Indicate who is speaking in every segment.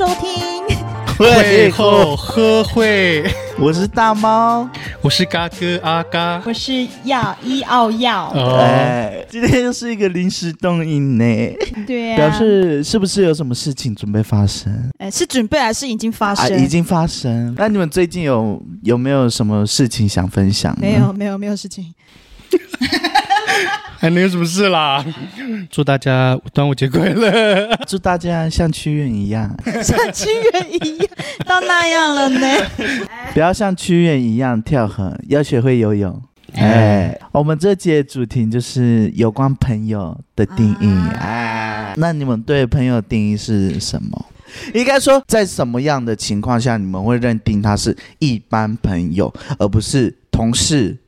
Speaker 1: 会后喝会，
Speaker 2: 我是大猫。
Speaker 1: 我是嘎哥阿嘎。
Speaker 3: 我是药一奥药，
Speaker 1: 哦，
Speaker 2: 哎，今天又是一个临时动应呢，
Speaker 3: 对啊，
Speaker 2: 嗯表示是不是有什么事情准备发生？
Speaker 3: 呃是准备还是已经发生？
Speaker 2: 啊，已经发生。那你们最近有有没有什么事情想分享？
Speaker 3: 没，有没有没有事情，
Speaker 1: 还能有什么事啦？祝大家端午节快乐！
Speaker 2: 祝大家像屈原一样，
Speaker 3: 像屈原一样到那样了呢。
Speaker 2: 不要像屈原一样跳河，要学会游泳。哎，我们这节主题就是有关朋友的定义。哎，那你们对朋友的定义是什么？应该说，在什么样的情况下你们会认定他是一般朋友，而不是同事、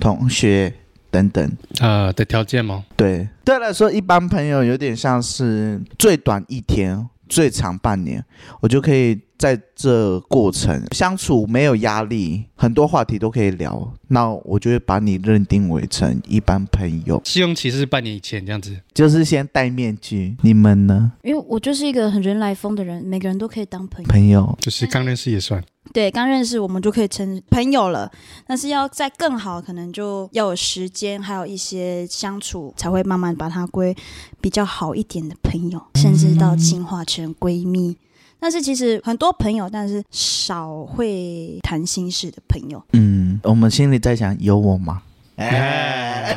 Speaker 2: 同学等等？
Speaker 1: 啊、的条件吗？
Speaker 2: 对，对来说，一般朋友有点像是最短一天，最长半年，我就可以在这过程相处没有压力，很多话题都可以聊。那我就会把你认定为成一般朋友，
Speaker 1: 试用期是半年以前这样子。
Speaker 2: 就是先戴面具。你们呢，
Speaker 4: 因为我就是一个很人来疯的人，每个人都可以当朋友。
Speaker 2: 朋友？
Speaker 1: 就是刚认识也算，
Speaker 4: 对，刚认识我们就可以成朋友了，但是要再更好，可能就要有时间，还有一些相处，才会慢慢把它归比较好一点的朋友，甚至到
Speaker 2: 嗯
Speaker 4: 进化成闺蜜。但是其实很多朋友，但是少会谈心事的朋友。
Speaker 2: 嗯，我们心里在想，有我吗？哎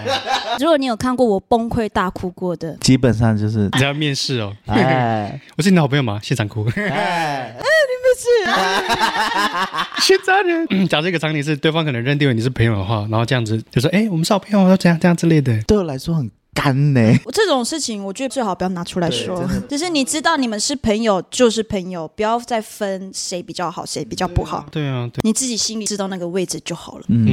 Speaker 4: 如果你有看过我崩溃大哭过的，
Speaker 2: 基本上就是，
Speaker 1: 你要面试哦。
Speaker 2: 哎
Speaker 1: 我是你的好朋友吗？现场哭。
Speaker 2: 哎， 啊
Speaker 1: 现在人、嗯假设一个场景是对方可能认定为你是朋友的话，然后这样子就说：“哎、我们是好朋友，要怎样怎样之类的。
Speaker 2: 对我来说很干呢、
Speaker 4: 这种事情我觉得最好不要拿出来说
Speaker 2: 对真的，
Speaker 4: 就是你知道你们是朋友就是朋友，不要再分谁比较好，谁比较不好”，
Speaker 1: 对啊，对，
Speaker 4: 你自己心里知道那个位置就好了。
Speaker 2: 嗯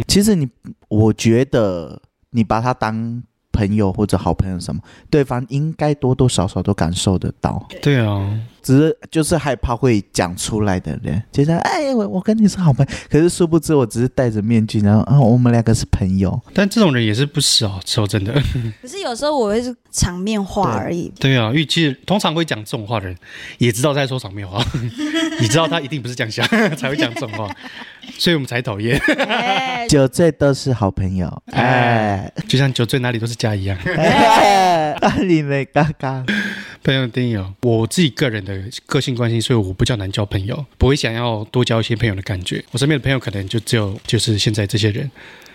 Speaker 1: 嗯，
Speaker 2: 其实你，我觉得你把他当朋友或者好朋友什么，对方应该多多少少都感受得到，
Speaker 1: 对啊，
Speaker 2: 只是就是害怕会讲出来的人，觉得哎，我我跟你是好朋友，可是殊不知我只是戴着面具，然后啊，我们两个是朋友，
Speaker 1: 但这种人也是不少，说真的，
Speaker 4: 可是有时候我会是场面话而已，
Speaker 1: 对啊，因为其实通常会讲这种话的人，也知道在说场面话， 你知道他一定不是这样想 才会讲这种话，所以我们才讨厌，
Speaker 4: 哎，
Speaker 2: 酒醉都是好朋友，哎，
Speaker 1: 就像酒醉哪里都是家一样。
Speaker 2: 哎，阿里嘞，嘎嘎，
Speaker 1: 朋友的定义哦，我自己个人的个性关系，所以我比较难交朋友，不会想要多交一些朋友的感觉。我身边的朋友可能就只有就是现在这些人，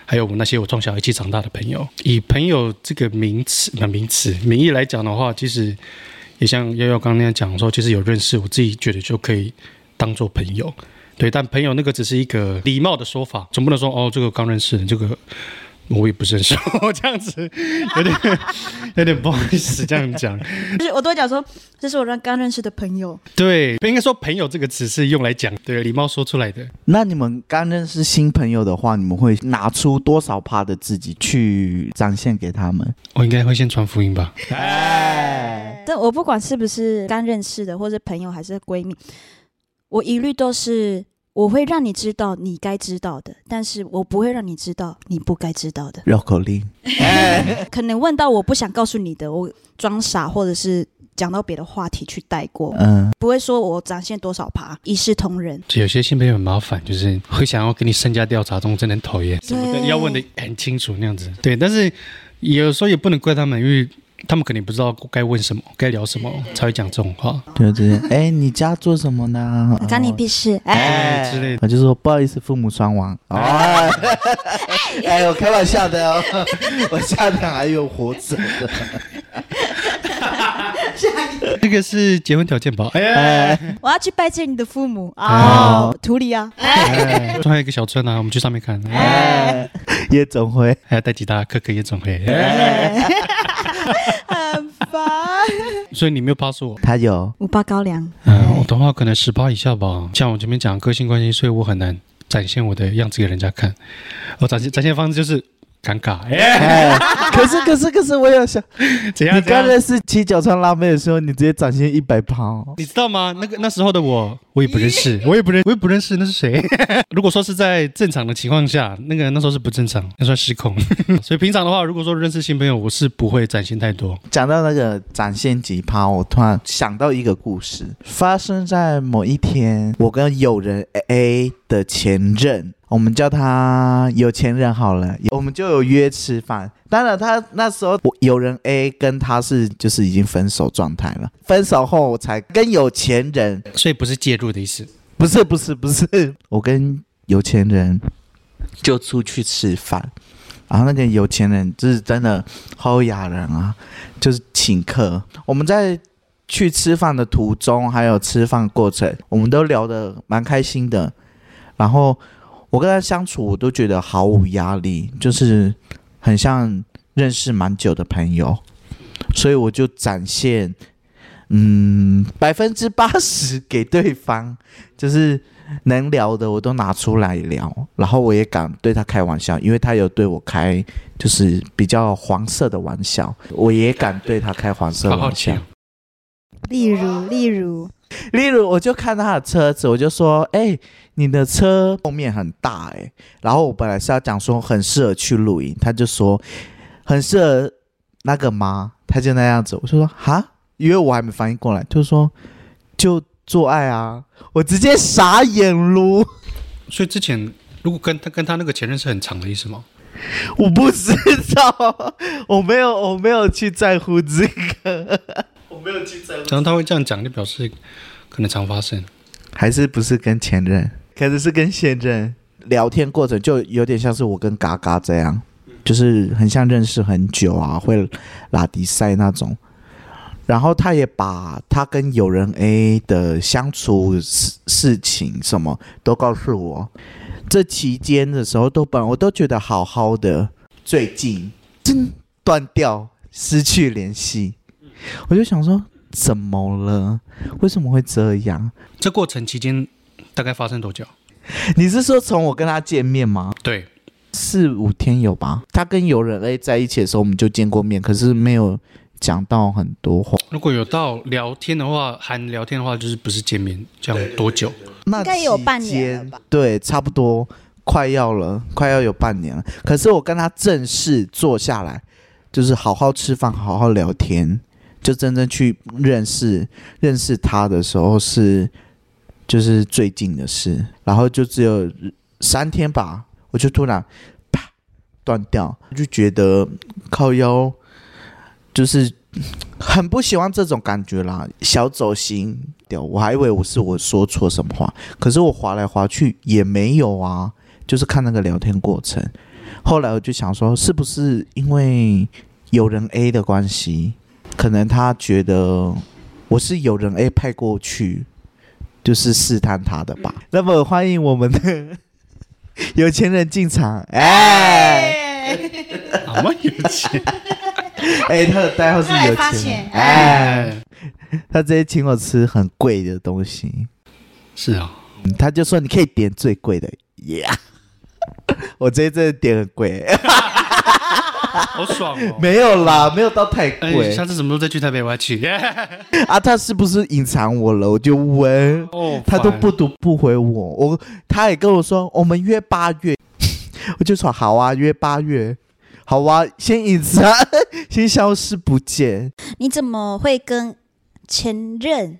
Speaker 1: 还有我那些我从小一起长大的朋友。以朋友这个名词、那名词名义来讲的话，其实也像幺幺刚那样讲说，其实有认识，我自己觉得就可以当做朋友。对，但朋友那个只是一个礼貌的说法，总不能说哦，这个刚认识的，这个我也不是很熟， 这样子有点有点不好意思这样讲。
Speaker 4: 就是我都会讲说，这是我让刚认识的朋友，
Speaker 1: 对，应该说“朋友”这个词是用来讲对礼貌说出来的。
Speaker 2: 那你们刚认识新朋友的话，你们会拿出多少趴的自己去展现给他们？
Speaker 1: 我应该会先传福音吧？
Speaker 2: 哎，
Speaker 4: 但我不管是不是刚认识的，或是朋友还是闺蜜，我一律都是我会让你知道你该知道的，但是我不会让你知道你不该知道的。
Speaker 2: 绕口令。
Speaker 4: 可能问到我不想告诉你的，我装傻或者是讲到别的话题去带过，
Speaker 2: 嗯，
Speaker 4: 不会说我展现多少趴，一视同仁。
Speaker 1: 有些新朋友很麻烦，就是会想要跟你身家调查中，真的很讨厌，什么的
Speaker 4: 对
Speaker 1: 要问的很清楚那样子。对，但是有时候也不能怪他们，因为他们肯定不知道该问什么、该聊什么，才会讲这种话
Speaker 2: 对对，哎、你家做什么呢？
Speaker 4: 干你屁事！哎，
Speaker 2: 哦哎
Speaker 1: 对之类的。
Speaker 2: 我就说不好意思，父母双亡。哦，哎，我开玩笑的 哦，我下场还有活着的。
Speaker 1: 这个是结婚条件吧？哎，
Speaker 2: 哎，
Speaker 4: 我要去拜见你的父母啊，土里啊，
Speaker 1: 哎还有一个小村啊，我们去上面看。
Speaker 2: 哎，夜总会，
Speaker 1: 还要带吉他，可可夜总会。
Speaker 4: 很烦。
Speaker 1: 所以你没有 pass 我。
Speaker 2: 他有
Speaker 4: 五八高粱，
Speaker 1: 嗯，我的话可能十八以下吧。像我前面讲个性关系，所以我很难展现我的样子给人家看。我展现展现方式就是尴尬，哎、
Speaker 2: 哎，可是可是可是，我有想，
Speaker 1: 怎
Speaker 2: 你
Speaker 1: 样怎
Speaker 2: 刚
Speaker 1: 样？
Speaker 2: 认识七角川拉妹的时候，你直接展现一百趴哦。
Speaker 1: 你知道吗？那个那时候的我，我我也不认识，我也不认，我也不认识那是谁。 如果说是在正常的情况下，那个那时候是不正常，那算失 控。所以平常的话，如果说认识新朋友，我是不会展现太多。
Speaker 2: 讲到那个展现奇葩，我突然想到一个故事，发生在某一天，我跟友人 A 的前任，我们叫他有钱人好了，我们就有约吃饭。当然他，那时候我友人 A 跟他是就是已经分手状态了，分手后我才跟有钱人，
Speaker 1: 所以不是介入的意思。
Speaker 2: 不是不是不是， 我跟有钱人就出去吃饭。然后那个有钱人就是真的好雅人啊，就是请客。我们在去吃饭的途中，还有吃饭过程，我们都聊得蛮开心的。然后我跟他相处，我都觉得毫无压力，就是很像认识蛮久的朋友。所以我就展现，嗯， 百分之八十给对方，就是能聊的我都拿出来聊，然后我也敢对他开玩笑，因为他有对我开就是比较黄色的玩笑，我也敢对他开黄色
Speaker 1: 好好
Speaker 2: 玩
Speaker 1: 奇
Speaker 2: 笑
Speaker 1: 哦。
Speaker 3: 例如，例如，
Speaker 2: 例如，我就看他的车子，我就说：“哎、你的车后面很大哎、然后我本来是要讲说很适合去露营，他就说很适合那个吗？他就那样子，我就说哈，因为我还没反应过来，就说就做爱啊，我直接傻眼噜，
Speaker 1: 所以之前如果跟他跟他那个前任是很长的意思吗？
Speaker 2: 我不知道，我没有我没有去在乎这个，
Speaker 1: 然后他会这样讲，就表示可能常发生。
Speaker 2: 还是不是跟前任，可能是跟现任聊天过程，就有点像是我跟嘎嘎这样，就是很像认识很久啊，会拉迪赛那种。然后他也把他跟友人 A 的相处事事情什么都告诉我。这期间的时候，都本我都觉得好好的，最近真断掉，失去联系，我就想说怎么了？为什么会这样？
Speaker 1: 这过程期间大概发生多久？
Speaker 2: 你是说从我跟他见面吗？
Speaker 1: 对，
Speaker 2: 四五天有吧？他跟友人 A 在一起的时候，我们就见过面，可是没有讲到很多话。
Speaker 1: 如果有到聊天的话，含聊天的话，就是不是见面这样多 久？
Speaker 2: 那
Speaker 4: 应该有半
Speaker 2: 期
Speaker 4: 年
Speaker 2: 间
Speaker 4: 了吧？
Speaker 2: 对，差不多快要了，快要有半年了。可是我跟他正式坐下来，就是好好吃饭，好好聊天，就真正去认识认识他的时候是，就是最近的事。然后就只有三天吧，我就突然啪断掉，就觉得靠腰，就是。很不喜欢这种感觉啦，小走心掉。我还以为我是我说错什么话，可是我划来划去也没有啊，就是看那个聊天过程。后来我就想说，是不是因为有人 A 的关系，可能他觉得我是有人 A 派过去，就是试探他的
Speaker 3: 嗯
Speaker 2: 吧？那么欢迎我们的 有钱人进场，哎、
Speaker 1: 好吗？有钱，
Speaker 2: 哎、他的代号是有
Speaker 3: 他来发
Speaker 2: 钱
Speaker 3: 钱，
Speaker 2: 人哎，他直接请我吃很贵的东西，
Speaker 1: 是啊，
Speaker 2: 嗯他就说你可以点最贵的，yeah，我这这点很贵。
Speaker 1: 好爽哦！
Speaker 2: 没有啦，没有到太
Speaker 1: 哎
Speaker 2: 贵、
Speaker 1: 下次什么时候再去台北，我要去。
Speaker 2: 啊。他是不是隐藏我了？我就问，
Speaker 1: 哦，
Speaker 2: 他都不
Speaker 1: 烦
Speaker 2: 读不回我。我他也跟我说，我们约八月， 我就说好啊，约八月，好啊，先隐藏， 先消失不见。
Speaker 4: 你怎么会跟前任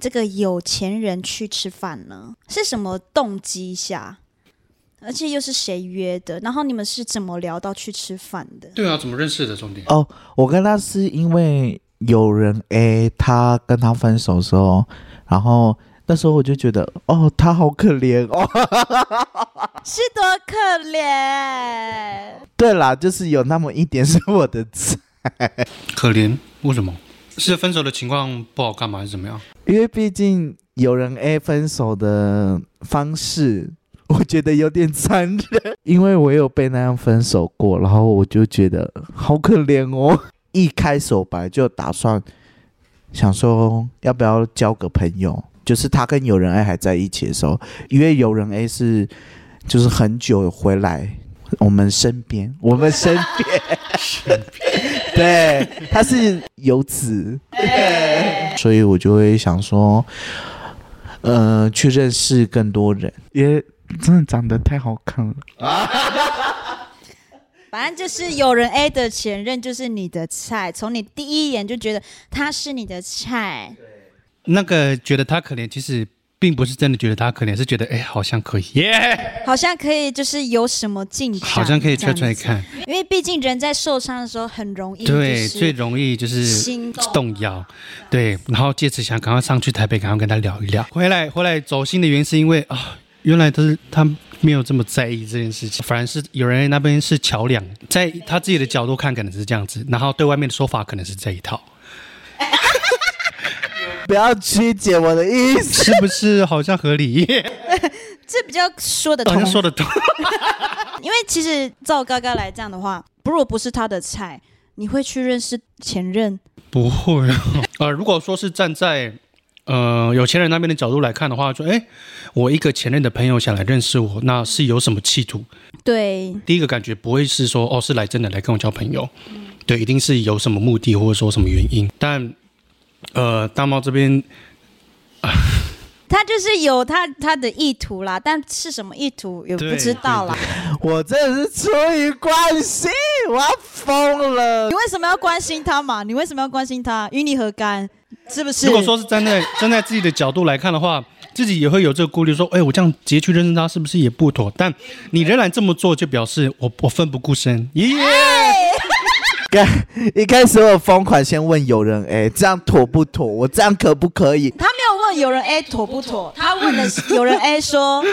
Speaker 4: 这个有钱人去吃饭呢？是什么动机下？而且又是谁约的？然后你们是怎么聊到去吃饭的？
Speaker 1: 对啊，怎么认识的？重点
Speaker 2: 哦，我跟他是因为有人 A 他跟他分手的时候，然后那时候我就觉得，哦，他好可怜哦。
Speaker 4: 是多可怜！
Speaker 2: 对啦，就是有那么一点是我的错
Speaker 1: 可怜，为什么？是分手的情况不好看吗？还是怎么样？
Speaker 2: 因为毕竟有人 A 分手的方式， 我觉得有点残忍， 因为我有被那样分手过，然后我就觉得好可怜哦。 一开始我本来就打算想说要不要交个朋友，就是他跟有人 A 还在一起的时候，因为有人 A 是就是很久回来我们身边，我们身边， 对，他是游子，所以我就会想说，呃，去认识更多人，也真的长得太好看了。
Speaker 4: 反正就是有人 A 的前任就是你的菜，从你第一眼就觉得他是你的菜，
Speaker 1: 那个觉得他可怜，其实并不是真的觉得他可怜，是觉得哎、好像可以，耶、
Speaker 4: 好像可以就是有什么进展，
Speaker 1: 好像可以踹踹
Speaker 4: 这样
Speaker 1: 看。
Speaker 4: 子，因为毕竟人在受伤的时候很容易
Speaker 1: 对，
Speaker 4: 就
Speaker 1: 最
Speaker 4: 是
Speaker 1: 容易就是
Speaker 4: 心动
Speaker 1: 动摇，对，然后借此想赶快上去台北，赶快跟他聊一聊。回来回来走心的原因是因为啊、原来他是他没有这么在意这件事情，反而是有人那边是桥梁，在他自己的角度看可能是这样子，然后对外面的说法可能是这一套，
Speaker 2: 不要曲解我的意思。
Speaker 1: 是不是好像合理？
Speaker 4: 这比较说得
Speaker 1: 好
Speaker 4: 通
Speaker 1: 哦像，说得通，
Speaker 4: 因为其实照刚刚来这样的话，如果不是他的菜，你会去认识前任，
Speaker 1: 不会、啊。呃，如果说是站在呃有钱人那边的角度来看的话，就哎，我一个前任的朋友想来认识我，那是有什么企图？
Speaker 4: 对，
Speaker 1: 第一个感觉不会是说哦是来真的来跟我交朋友，对，一定是有什么目的或者说什么原因。但呃，大猫这边
Speaker 4: 他就是有他他的意图啦，但是什么意图也不
Speaker 1: 对
Speaker 4: 知道啦。
Speaker 2: 我真的是出于关心，我要疯了
Speaker 4: 你。为什么要关心他嘛？你为什么要关心他？与你何干？是不是？
Speaker 1: 如果说是站在站在自己的角度来看的话，自己也会有这个顾虑，说哎，我这样直接去认识他是不是也不妥？但你仍然这么做，就表示我我奋不顾身，耶、
Speaker 2: 一开始我疯狂先问友人，哎，这样妥不妥？我这样可不可以？
Speaker 4: 他没有问有人 A 妥不妥，他问的是有人 A 说：“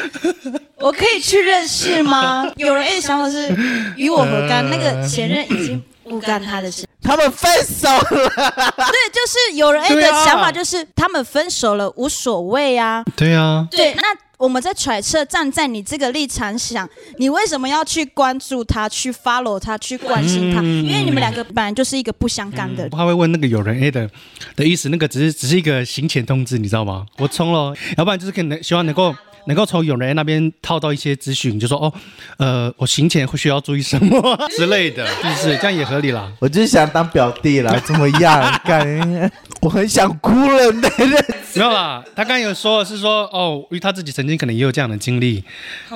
Speaker 4: 我可以去认识吗？”有人 A 的想法是与我何
Speaker 1: 呃
Speaker 4: 干？那个前任已经不干他的事。
Speaker 2: 他们分手了，
Speaker 4: 对，就是有人 A
Speaker 1: 对
Speaker 4: 的
Speaker 1: 啊
Speaker 4: 想法就是他们分手了无所谓啊。
Speaker 1: 对啊，
Speaker 4: 对，那我们在揣测，站在你这个立场想，你为什么要去关注他、去 follow 他、去关心他？
Speaker 1: 嗯
Speaker 4: 因为你们两个本来就是一个不相干的人。
Speaker 1: 他会问那个有人 A 的的意思，那个只是只是一个行前通知，你知道吗？我冲了，要不然就是可能希望能够能够从有人 A 那边套到一些资讯，就说哦，呃，我行前会需要注意什么 之类的，就是这样也合理啦。
Speaker 2: 我就是想当表弟了，怎么样？ 感我很想哭了那个。
Speaker 1: 没有啦，他刚才有说是说哦，因为他自己曾经可能也有这样的经历，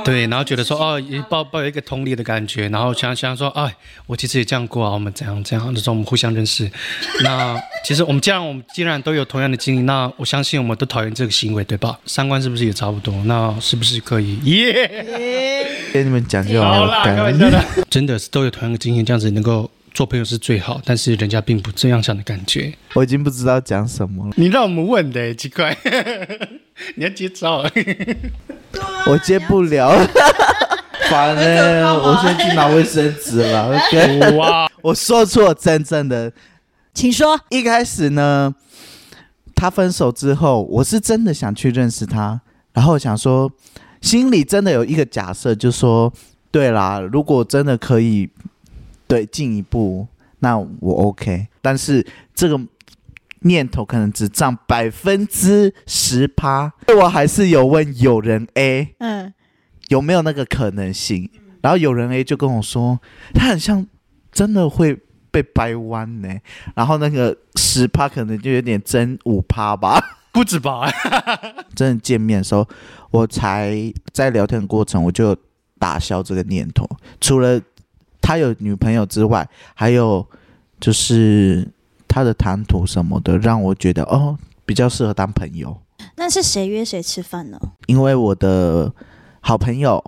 Speaker 1: 对，然后觉得说哦，也抱抱有一个同理的感觉，然后想想说，哎，我其实也这样过啊，我们怎样怎样，那时候我们互相认 识。那其实我们既然我们既然都有同样的经历，那我相信我们都讨厌这个行为，对吧？三观是不是也差不多？那是不是可以？ 耶、
Speaker 2: 跟你们讲就
Speaker 1: 好
Speaker 2: 好了，
Speaker 1: 啦，
Speaker 2: 感
Speaker 1: 开玩笑的，真的是都有同样的经验，这样子能够做朋友是最好，但是人家并不这样想的感觉。
Speaker 2: 我已经不知道讲什么了。
Speaker 1: 你让我们问的、奇怪， 你要接招、啊。嗯
Speaker 2: 我接不 了，烦嘞、我先去拿卫生纸 了。OK，
Speaker 1: 哇，
Speaker 2: 我说出我真正的，
Speaker 4: 请说，
Speaker 2: 一开始呢，他分手之后，我是真的想去认识他，然后想说，心里真的有一个假设，就说，对啦，如果真的可以，对进一步，那我 OK。但是这个念头可能只占百分之十趴，我还是有问有人 A。
Speaker 4: 嗯，
Speaker 2: 有没有那个可能性？然后有人 A 就跟我说，他很像真的会被掰弯呢、然后那个十趴可能就有点真五趴吧。
Speaker 1: 不止吧？
Speaker 2: 真的见面的时候，我才在聊天的过程我就打消这个念头。除了他有女朋友之外，还有就是他的谈吐什么的，让我觉得哦，比较适合当朋友。
Speaker 5: 那是谁约谁吃饭呢？
Speaker 2: 因为我的好朋友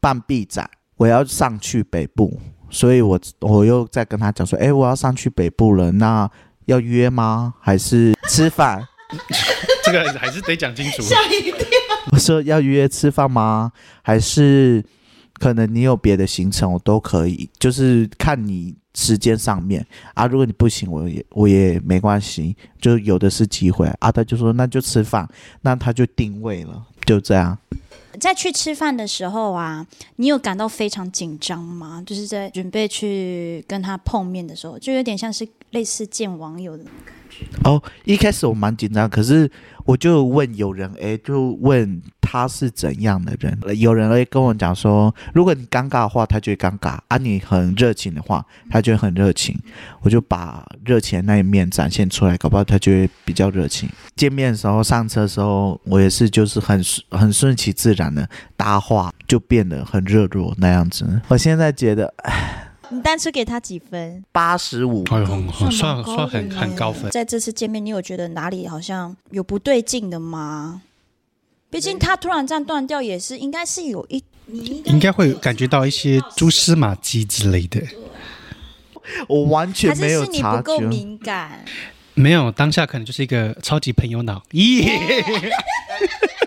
Speaker 2: 办毕展，我要上去北部，所以我我又在跟他讲说，哎，我要上去北部了，那要约吗？还是吃饭？
Speaker 1: 这个还是得讲清楚。
Speaker 2: 我说要约吃饭吗？还是可能你有别的行程，我都可以，就是看你时间上面啊。如果你不行，我也我也没关系，就有的是机会啊。他就说那就吃饭，那他就定位了，就这样。
Speaker 5: 在去吃饭的时候啊，你有感到非常紧张吗？就是在准备去跟他碰面的时候，就有点像是类似见网友的。
Speaker 2: 哦，一开始我蛮紧张，可是我就问有人，哎，就问他是怎样的人。有人会跟我讲说，如果你尴尬的话，他就会尴尬；啊，你很热情的话，他就会很热情。我就把热情的那一面展现出来，搞不好他就会比较热情。见面的时候、上车的时候，我也是就是很顺很顺其自然的搭话，就变得很热络那样子。我现在觉得
Speaker 4: 你单车给他几分？
Speaker 2: 八十五
Speaker 1: 哎呦，
Speaker 3: 算蛮
Speaker 1: 算
Speaker 3: 高
Speaker 1: 算
Speaker 3: 的
Speaker 1: 很
Speaker 3: 耶
Speaker 1: 很高分，
Speaker 4: 在这次见面，你有觉得哪里好像有不对劲的吗？毕竟他突然这样断掉，也是应该是有一
Speaker 1: 应该会感觉到一些蛛丝马迹之类的。
Speaker 2: 我完
Speaker 4: 还
Speaker 2: 全
Speaker 4: 是
Speaker 2: 没有
Speaker 4: 是你
Speaker 2: 察
Speaker 4: 不
Speaker 2: 觉
Speaker 4: 够。敏感，
Speaker 1: 没有，当下可能就是一个超级朋友脑，咦，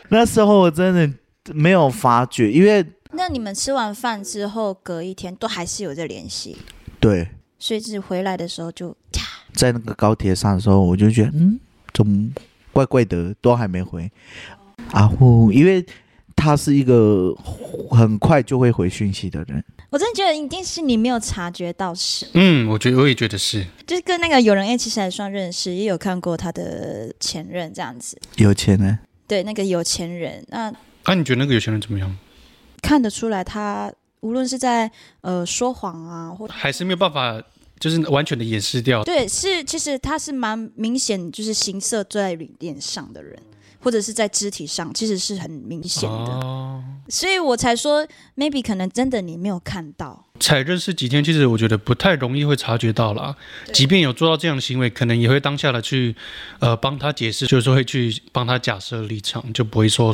Speaker 2: 那时候我真的没有发觉，因为
Speaker 4: 那你们吃完饭之后，隔一天都还是有在联系，
Speaker 2: 对，
Speaker 4: 所以只回来的时候就
Speaker 2: 在那个高铁上的时候，我就觉得嗯，怎么怪怪的，都还没回。啊呼，因为他是一个很快就会回讯息的人，
Speaker 4: 我真的觉得一定是你没有察觉到是，
Speaker 1: 嗯，我觉得我也觉得是，
Speaker 4: 就是跟那个友人 A 其实还算认识，也有看过他的前任这样子，
Speaker 2: 有钱呢。
Speaker 4: 对那个有钱人，那
Speaker 1: 啊，你觉得那个有钱人怎么样？
Speaker 4: 看得出来他无论是在呃说谎啊，或
Speaker 1: 还是没有办法，就是完全的掩饰掉。
Speaker 4: 对是其实他是蛮明显就是行色在旅店上的人。或者是在肢体上，其实是很明显的，
Speaker 1: 哦，
Speaker 4: 所以我才说，maybe 可能真的你没有看到，
Speaker 1: 才认识几天，其实我觉得不太容易会察觉到啦。即便有做到这样的行为，可能也会当下的去呃帮他解释，就是说会去帮他假设立场，就不会说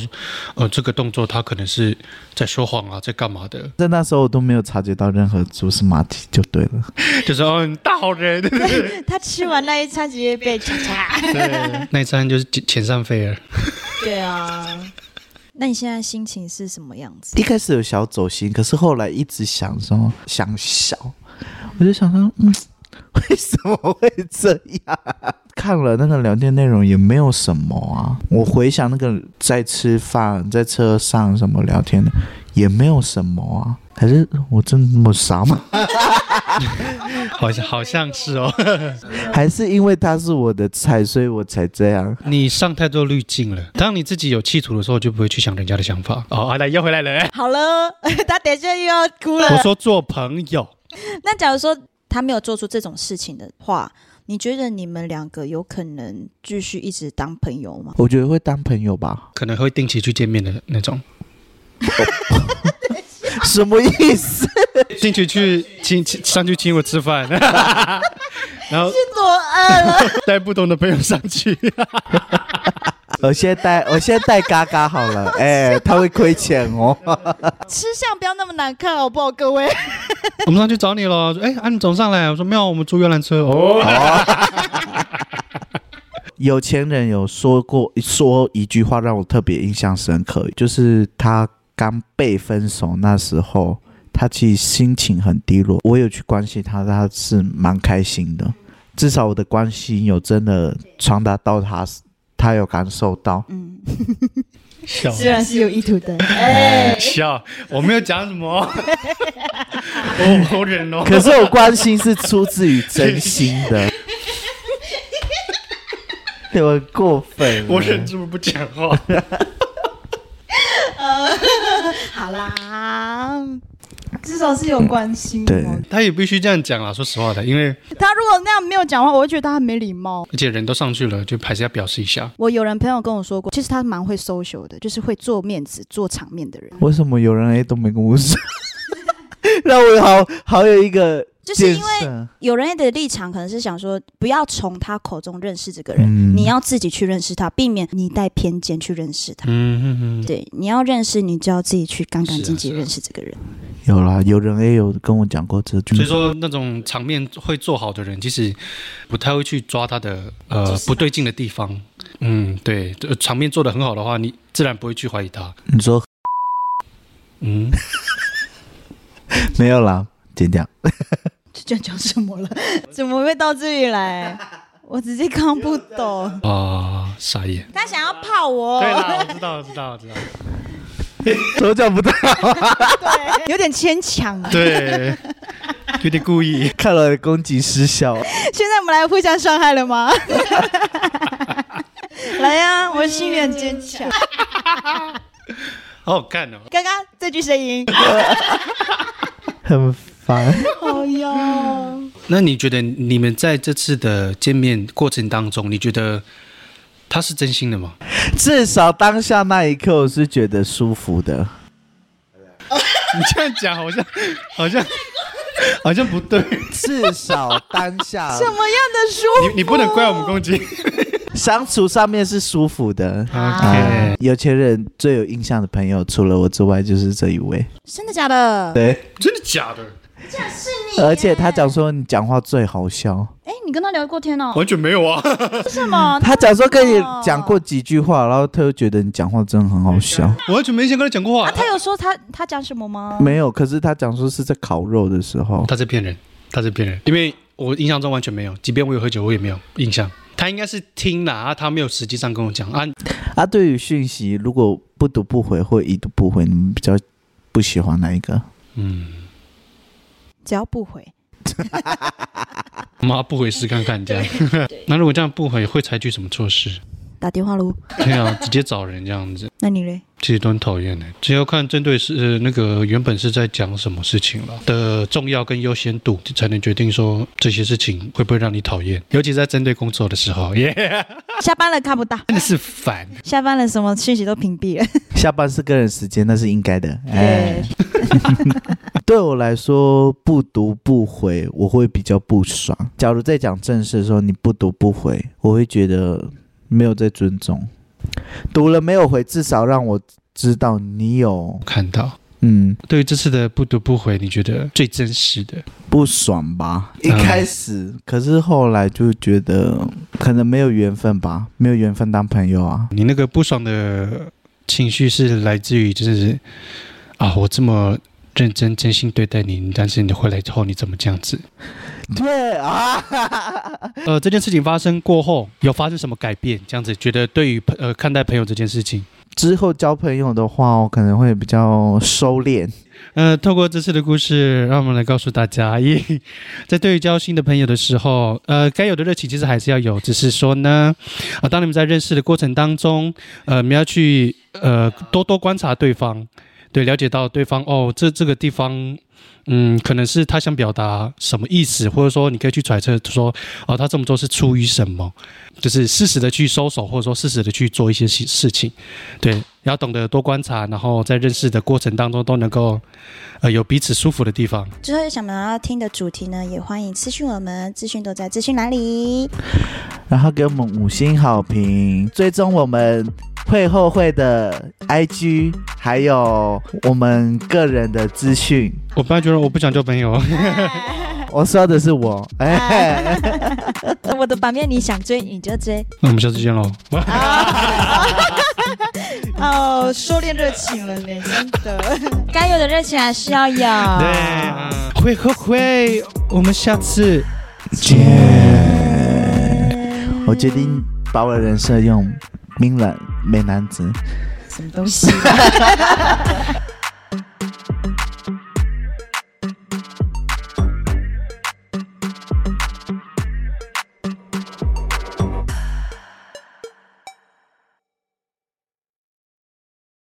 Speaker 1: 呃这个动作他可能是在说谎啊，在干嘛的，
Speaker 2: 在那时候我都没有察觉到任何蛛丝马迹，就对了。
Speaker 1: 就是哦你大好人。
Speaker 4: 他吃完那一餐直接被叉叉。
Speaker 1: 对，那一餐就是遣遣散费了。
Speaker 3: 对啊，
Speaker 4: 那你现在心情是什么样子？
Speaker 2: 一开始有小走心，可是后来一直想说想小，我就想说，嗯，为什么会这样？看了那个聊天内容也没有什么啊，我回想那个在吃饭、在车上什么聊天的，也没有什么啊。 还是我真的那么傻吗？
Speaker 1: 好像好像是哦，
Speaker 2: 还是因为他是我的菜，所以我才这样？
Speaker 1: 你上太多滤镜了。当你自己有企图的时候，就不会去想人家的想法。哦，阿来又回来了。
Speaker 4: 好了， 他等一下又要哭
Speaker 1: 我
Speaker 4: 了。
Speaker 1: 说做朋友，
Speaker 4: 那假如说他没有做出这种事情的话，你觉得你们两个有可能继续一直当朋友 吗？
Speaker 2: 我觉得会当朋友 吧？
Speaker 1: 可能会定期去见面的那种，
Speaker 2: 什么意思？
Speaker 1: 定期去请请上去请我吃饭， 然后
Speaker 4: 多饿了，
Speaker 1: 带不同的朋友上去。
Speaker 2: 我先带，我先带嘎嘎好了。哎、他会亏钱哦。
Speaker 4: 吃相不要那么难看好不好，各位？
Speaker 1: 我们上去找你了，说哎，安、你总上来。我说没有，我们租游览车。哦，
Speaker 2: 有钱人有说过说一句话让我特别印象深刻，就是他刚被分手那时候，他其实心情很低落。我有去关心他，他是蛮开心的，至少我的关心有真的传达到他，他有感受到。
Speaker 4: 嗯，
Speaker 1: 笑
Speaker 3: 虽然是有意图的，
Speaker 4: 哎
Speaker 1: 笑，我没有讲什 么，我我忍哦。
Speaker 2: 可是我关心是出自于真心的，对我过分了，
Speaker 1: 我忍住不讲话，
Speaker 3: 好啦，
Speaker 4: 啊，
Speaker 3: 至少是有关心
Speaker 2: 对
Speaker 3: 哦。
Speaker 1: 他也必须这样讲啦。说实话的，因为
Speaker 3: 他如果那样没有讲话，我会觉得他很没礼貌。
Speaker 1: 而且人都上去了，就还是要表示一下。
Speaker 4: 我有人朋友跟我说过，其实他蛮会 social 的，就是会做面子、做场面的人。
Speaker 2: 为什么有人 A 都没跟我说？ 让我好好有一个
Speaker 4: 就是因
Speaker 2: 建
Speaker 4: 为
Speaker 2: 设。
Speaker 4: 有人的立场可能是想说，不要从他口中认识这个人，
Speaker 2: 嗯
Speaker 4: 你要自己去认识他，避免你带偏见去认识他。
Speaker 1: 嗯嗯嗯，
Speaker 4: 对，你要认识，你就要自己去干干净
Speaker 1: 是啊
Speaker 4: 净
Speaker 1: 是啊
Speaker 4: 认识这个人。
Speaker 2: 有啦，有人也有跟我讲过这句
Speaker 1: 所以，说那种场面会做好的人，其实不太会去抓他的呃不对劲的地方。嗯，对，这场面做得很好的话，你自然不会去怀疑他。
Speaker 2: 你说
Speaker 1: 嗯，
Speaker 2: 没有啦，剪掉。
Speaker 1: 啊
Speaker 3: 这这样讲什么 了？怎么会到这里 来？我直接看不懂。
Speaker 1: 啊，傻眼。
Speaker 3: 他想要泡我，
Speaker 1: 啦，我知道，我知道，我知道。
Speaker 2: 手脚不对，
Speaker 3: 有点牵强。
Speaker 1: 对，有点故意。
Speaker 2: 看了攻击失效。
Speaker 3: 现在我们来互相伤害了 吗？来呀、我心里很坚强。
Speaker 1: 好好看哦。
Speaker 3: 刚刚这句声 音，
Speaker 2: 很烦。
Speaker 1: 哎
Speaker 3: 哦哟，
Speaker 1: 那你觉得你们在这次的见面过程当中，你觉得他是真心的吗？
Speaker 2: 至少当下那一刻，我是觉得舒服的。
Speaker 1: 你这样讲好像好像好像不对，
Speaker 2: 至少当 下
Speaker 3: 什么样的书？
Speaker 1: 你你不能怪我们攻击。
Speaker 2: 相处上面是舒服的。啊
Speaker 1: OK，
Speaker 2: 有钱人最有印象的朋友，除了我之外，就是这一位。
Speaker 4: 真的假的？
Speaker 2: 对，
Speaker 1: 真的假的？
Speaker 2: 而且他讲说你讲话最好笑。
Speaker 4: 哎，你跟他聊过天哦？
Speaker 1: 完全没有啊！
Speaker 4: 为什么？
Speaker 2: 嗯他讲说跟你讲过几句话，然后他又觉得你讲话真的很好笑。
Speaker 1: 我 完全没先跟他讲过话
Speaker 4: 啊，。他有说他他讲什么吗？
Speaker 2: 没有，可是他讲说是在烤肉的时候，
Speaker 1: 他在骗人，他在骗人，因为我印象中完全没有，即便我有喝酒，我也没有印象。他应该是听啦，啊，他没有实际上跟我讲啊。
Speaker 2: 啊，对于讯息如果不读不回或已读不回，你们比较不喜欢哪一个？
Speaker 1: 嗯，
Speaker 4: 只要不回，
Speaker 1: 妈不回试看看这样。 那如果这样不回，会采取什么措施？
Speaker 4: 打电话喽。
Speaker 1: 对啊，直接找人这样子，
Speaker 4: 那你嘞？
Speaker 1: 其实都很讨厌的。欸只要看针对是、呃那个原本是在讲什么事情了的重要跟优先度，才能决定说这些事情会不会让你讨厌。尤其在针对工作的时候，耶、
Speaker 4: 下班了看不到，
Speaker 1: 真的是烦。
Speaker 4: 下班了什么讯息都屏蔽了。
Speaker 2: 下班是个人时间，那是应该的。 哎
Speaker 4: 对，，
Speaker 2: 对我来说，不读不回，我会比较不爽。假如在讲正事的时候，你不读不回，我会觉得没有在尊重。读了没有回，至少让我知道你有
Speaker 1: 看到，
Speaker 2: 嗯
Speaker 1: 对于这次的不读不回，你觉得最真实的？
Speaker 2: 不爽吧？一
Speaker 1: 嗯
Speaker 2: 开始，可是后来就觉得可能没有缘分吧，没有缘分当朋友啊。
Speaker 1: 你那个不爽的情绪是来自于就是啊，我这么认真真心对待你，但是你回来之后你怎么这样子？
Speaker 2: 对啊，
Speaker 1: 呃，这件事情发生过后有发生什么改变？这样子觉得对于朋呃看待朋友这件事情，
Speaker 2: 之后交朋友的话，我可能会比较收敛。
Speaker 1: 呃，透过这次的故事，让我们来告诉大家，一 在对于交新的朋友的时候，呃，该有的热情其实还是要有，只是说呢，啊、当你们在认识的过程当中，呃，你们要去呃多多观察对方，对，了解到对方哦，这这个地方。嗯，可能是他想表达什么意思，或者说你可以去揣测说，哦，他这么做是出于什么，就是适时的去收手，或者说适时的去做一些事事情，对，要懂得多观察，然后在认识的过程当中都能够呃有彼此舒服的地方。
Speaker 4: 之后有想要听的主题呢，也欢迎私讯我们，资讯都在资讯栏里。
Speaker 2: 然后给我们五星好评，追踪我们会后会的 IG，还有我们个人的资讯。
Speaker 1: 我本来觉得我不想交朋 友，
Speaker 4: 哎
Speaker 2: 我说的是我， 哎，
Speaker 4: 我的版面你想追你就 追，
Speaker 1: 那我们下次见喽。
Speaker 3: 哦，收敛热情了呢，真的。
Speaker 4: 该有的热情还是要有。
Speaker 1: 对，嗯会会会，我们下次。
Speaker 2: 我决定把我的人设用冰冷美男子。
Speaker 3: 什么东西？